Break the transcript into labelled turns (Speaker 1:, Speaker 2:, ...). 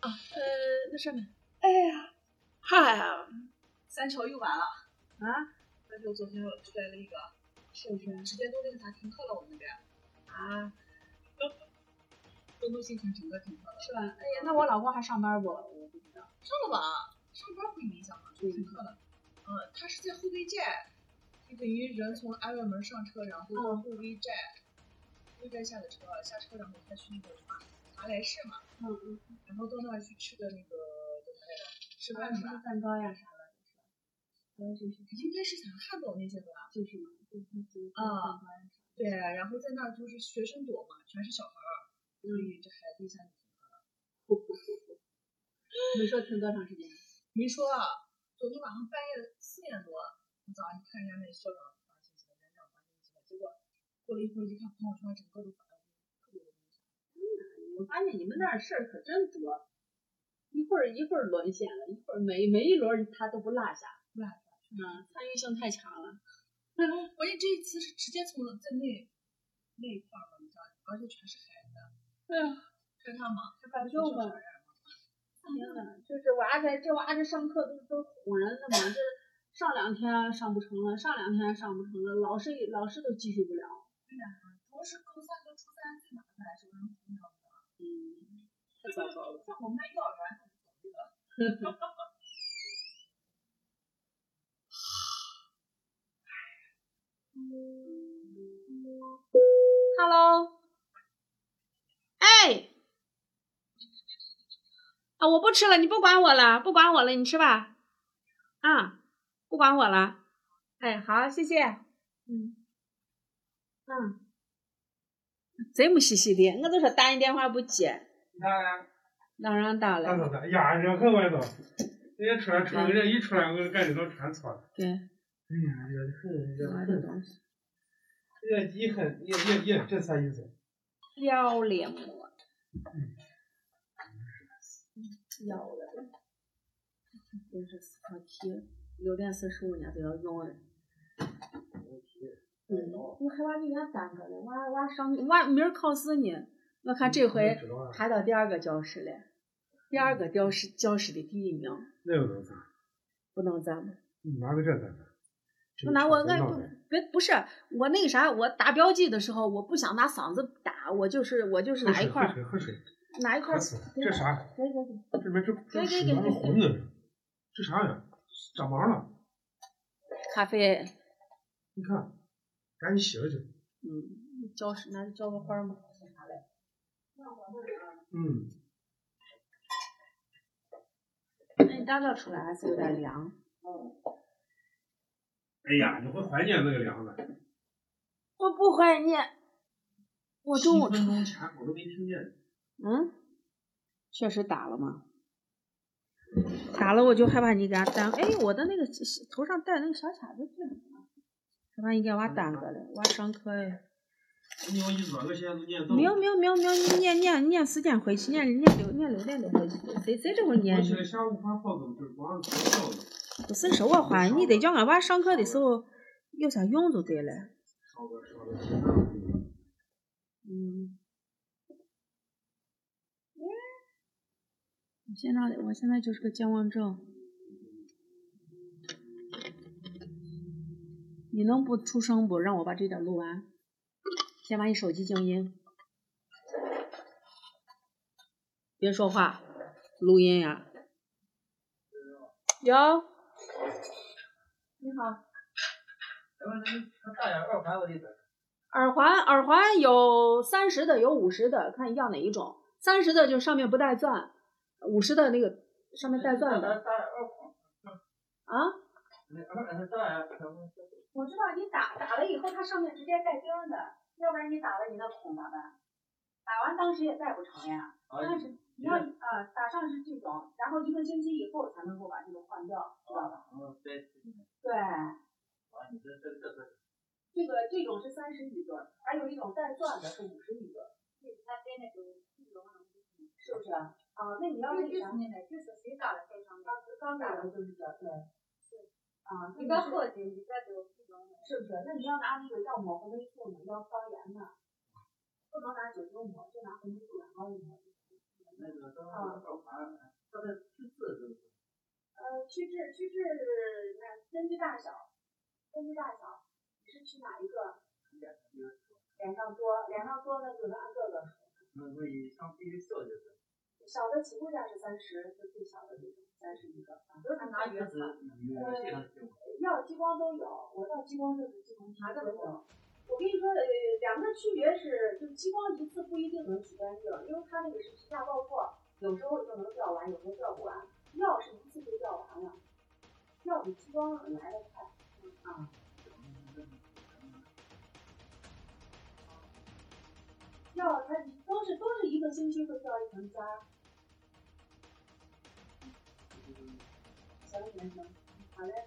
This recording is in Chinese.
Speaker 1: 呃，那上面，
Speaker 2: 哎呀，
Speaker 1: 嗨呀，
Speaker 2: 三球又完了。
Speaker 1: 啊，
Speaker 2: 但是我昨天我出来了一个，
Speaker 1: 是不是
Speaker 2: 直接都那个啥停课了，我们那边
Speaker 1: 啊？
Speaker 2: 东都新城整个停课了。
Speaker 1: 是吧？哎呀，那我老公还上班不？我不知道。
Speaker 2: 上了吧？上班不影响啊，就停课了。嗯，他是在后备寨，就等于人从安岳门上车，然后到
Speaker 1: 嗯
Speaker 2: 后备寨，后备寨下的车，下车然后再去那个什么华莱士嘛，
Speaker 1: 嗯嗯，
Speaker 2: 然后到那儿去吃的那个叫啥来着？吃
Speaker 1: 吃
Speaker 2: 饭
Speaker 1: 饭
Speaker 2: 是吧？
Speaker 1: 蛋糕呀啥的，我也就是
Speaker 2: 应该是想看懂那些啊吧。
Speaker 1: 就是嘛，就是他自己做
Speaker 2: 啊
Speaker 1: 蛋糕呀啥的
Speaker 2: 对，然后在那儿就是学生躲嘛，全是小孩儿，所以这孩子一下子
Speaker 1: 你说停多长时间？
Speaker 2: 没说啊，昨天晚上半夜四点多，我早上一看人家那校长发信息，家长发信息，结果过了一会儿一看朋友圈，整个都发了，特别的明显。
Speaker 1: 我发现你们那儿事儿可真多，一会儿一会儿沦陷了，一会儿每每一轮他都不落下，
Speaker 2: 不落下
Speaker 1: 嗯，参与性太强了。
Speaker 2: 而且这一次是直接从在那那一块儿嘛，你知道，而且全是孩子，
Speaker 1: 哎呀，
Speaker 2: 害怕吗？害
Speaker 1: 咋
Speaker 2: 怕
Speaker 1: 就嘛？天呐，就是娃在这娃这上课都都唬人的嘛，这上两天上不成了，上两天上不成了，老师也老师都继续不了。
Speaker 2: 主要是高三和初三最麻烦，是不是？
Speaker 1: 嗯，太糟糕了。
Speaker 2: 像我们那幼儿园就无所谓了。
Speaker 1: Hello，哎，啊，我不吃了，你不管我了，不管我了，你吃吧。啊，不管我了。哎，好，谢谢。嗯，嗯，贼没细细的，我都说打你电话不接，哪让打
Speaker 3: 那
Speaker 1: 了？
Speaker 3: 咋的？呀，人很外头，人家出来穿，人家一出来，我就感觉到穿错了。
Speaker 1: 对，
Speaker 3: 哎呀，这很，这
Speaker 1: 我
Speaker 3: 很
Speaker 1: 的，东西，
Speaker 3: 这也很，也也也，这啥意思？
Speaker 1: 要脸我，要了，真是死活题，六点四十五呢都要用哎。嗯，我还娃给人家耽搁了，娃娃上娃明儿考试呢，我看这回
Speaker 3: 知道啊
Speaker 1: 排到第二个教室了，第二个教室教室的第一名，
Speaker 3: 那又能咋？
Speaker 1: 不能咱们。
Speaker 3: 你拿个这干啥？
Speaker 1: 我拿我
Speaker 3: 这
Speaker 1: 俺不别不是我那个啥，我打标记的时候，我不想拿嗓子打，我就是我就是拿一块
Speaker 3: 喝
Speaker 1: 儿
Speaker 3: 水，喝水，
Speaker 1: 拿一块
Speaker 3: 渴
Speaker 1: 儿。
Speaker 3: 死了！这啥？
Speaker 1: 给给给
Speaker 3: 这里面这这水是红的，这啥呀？长毛了！
Speaker 1: 咖啡，
Speaker 3: 你看，赶紧洗了去。
Speaker 1: 嗯，浇是拿浇个花儿嘛，干啥嘞？
Speaker 3: 嗯，
Speaker 1: 那你大早出来还是有点凉。
Speaker 3: 哎呀，你会怀念那个凉的。
Speaker 1: 我不怀念，我中午
Speaker 3: 一
Speaker 1: 出
Speaker 3: 分钟前我都没听见。
Speaker 1: 嗯，确实打了吗？打了我就害怕你给他耽误。哎，我的那个头上戴那个小卡子掉了，害怕你给娃耽搁了，娃上课呀。
Speaker 3: 你有一桌我现在都念到。
Speaker 1: 喵喵喵喵，念念念时间回去，念念六念六点多回去。谁谁这会念
Speaker 3: 我？起来下午饭好多，就是光吃饺子，
Speaker 1: 不伸手我花，你得叫俺娃上课的时候有啥用就对了。
Speaker 3: 烧个烧个鸡蛋。
Speaker 1: 嗯。我现在我现在就是个健忘症。你能不出声不？让我把这点录完。先把你手机静音。别说话，录音呀、有。你好。
Speaker 3: 大眼二环我得等。
Speaker 1: 耳环，耳环有三十的，有五十的，看你要哪一种。三十的就上面不带钻，五十的那个上面带钻嗯的
Speaker 3: 大眼二环。
Speaker 1: 啊。我知道你打打了以后，它上面直接带钉儿的，要不然你打了你那孔咋办？打完当时也带不成呀。但是你要啊，打上是这种，然后一个星期以后才能够把这个换掉，知道吧？对，这个这种是三十一对儿，还有一种带钻的是五十一对儿。是不是？啊，那你要是啥？刚打的就是这，对。啊，
Speaker 2: 嗯
Speaker 1: 那个是不是？那你要拿那个要抹红霉素呢，要消炎呢，不能拿酒精抹，就拿红霉素染膏一抹。啊，
Speaker 4: 小的起步价是三十，就最小的这种三十一个，啊反正他拿原版。要激光都有，我到激光就是激光啥都有。我跟你说，呃，两个区别是，就激光一次不一定能洗干净，因为它那个是皮下爆破，有时候就能掉完，有时候掉不完。药是一次就掉完了，药比激光来的快。啊。药它都是都是一个星期会掉一层渣儿。行行行，好嘞。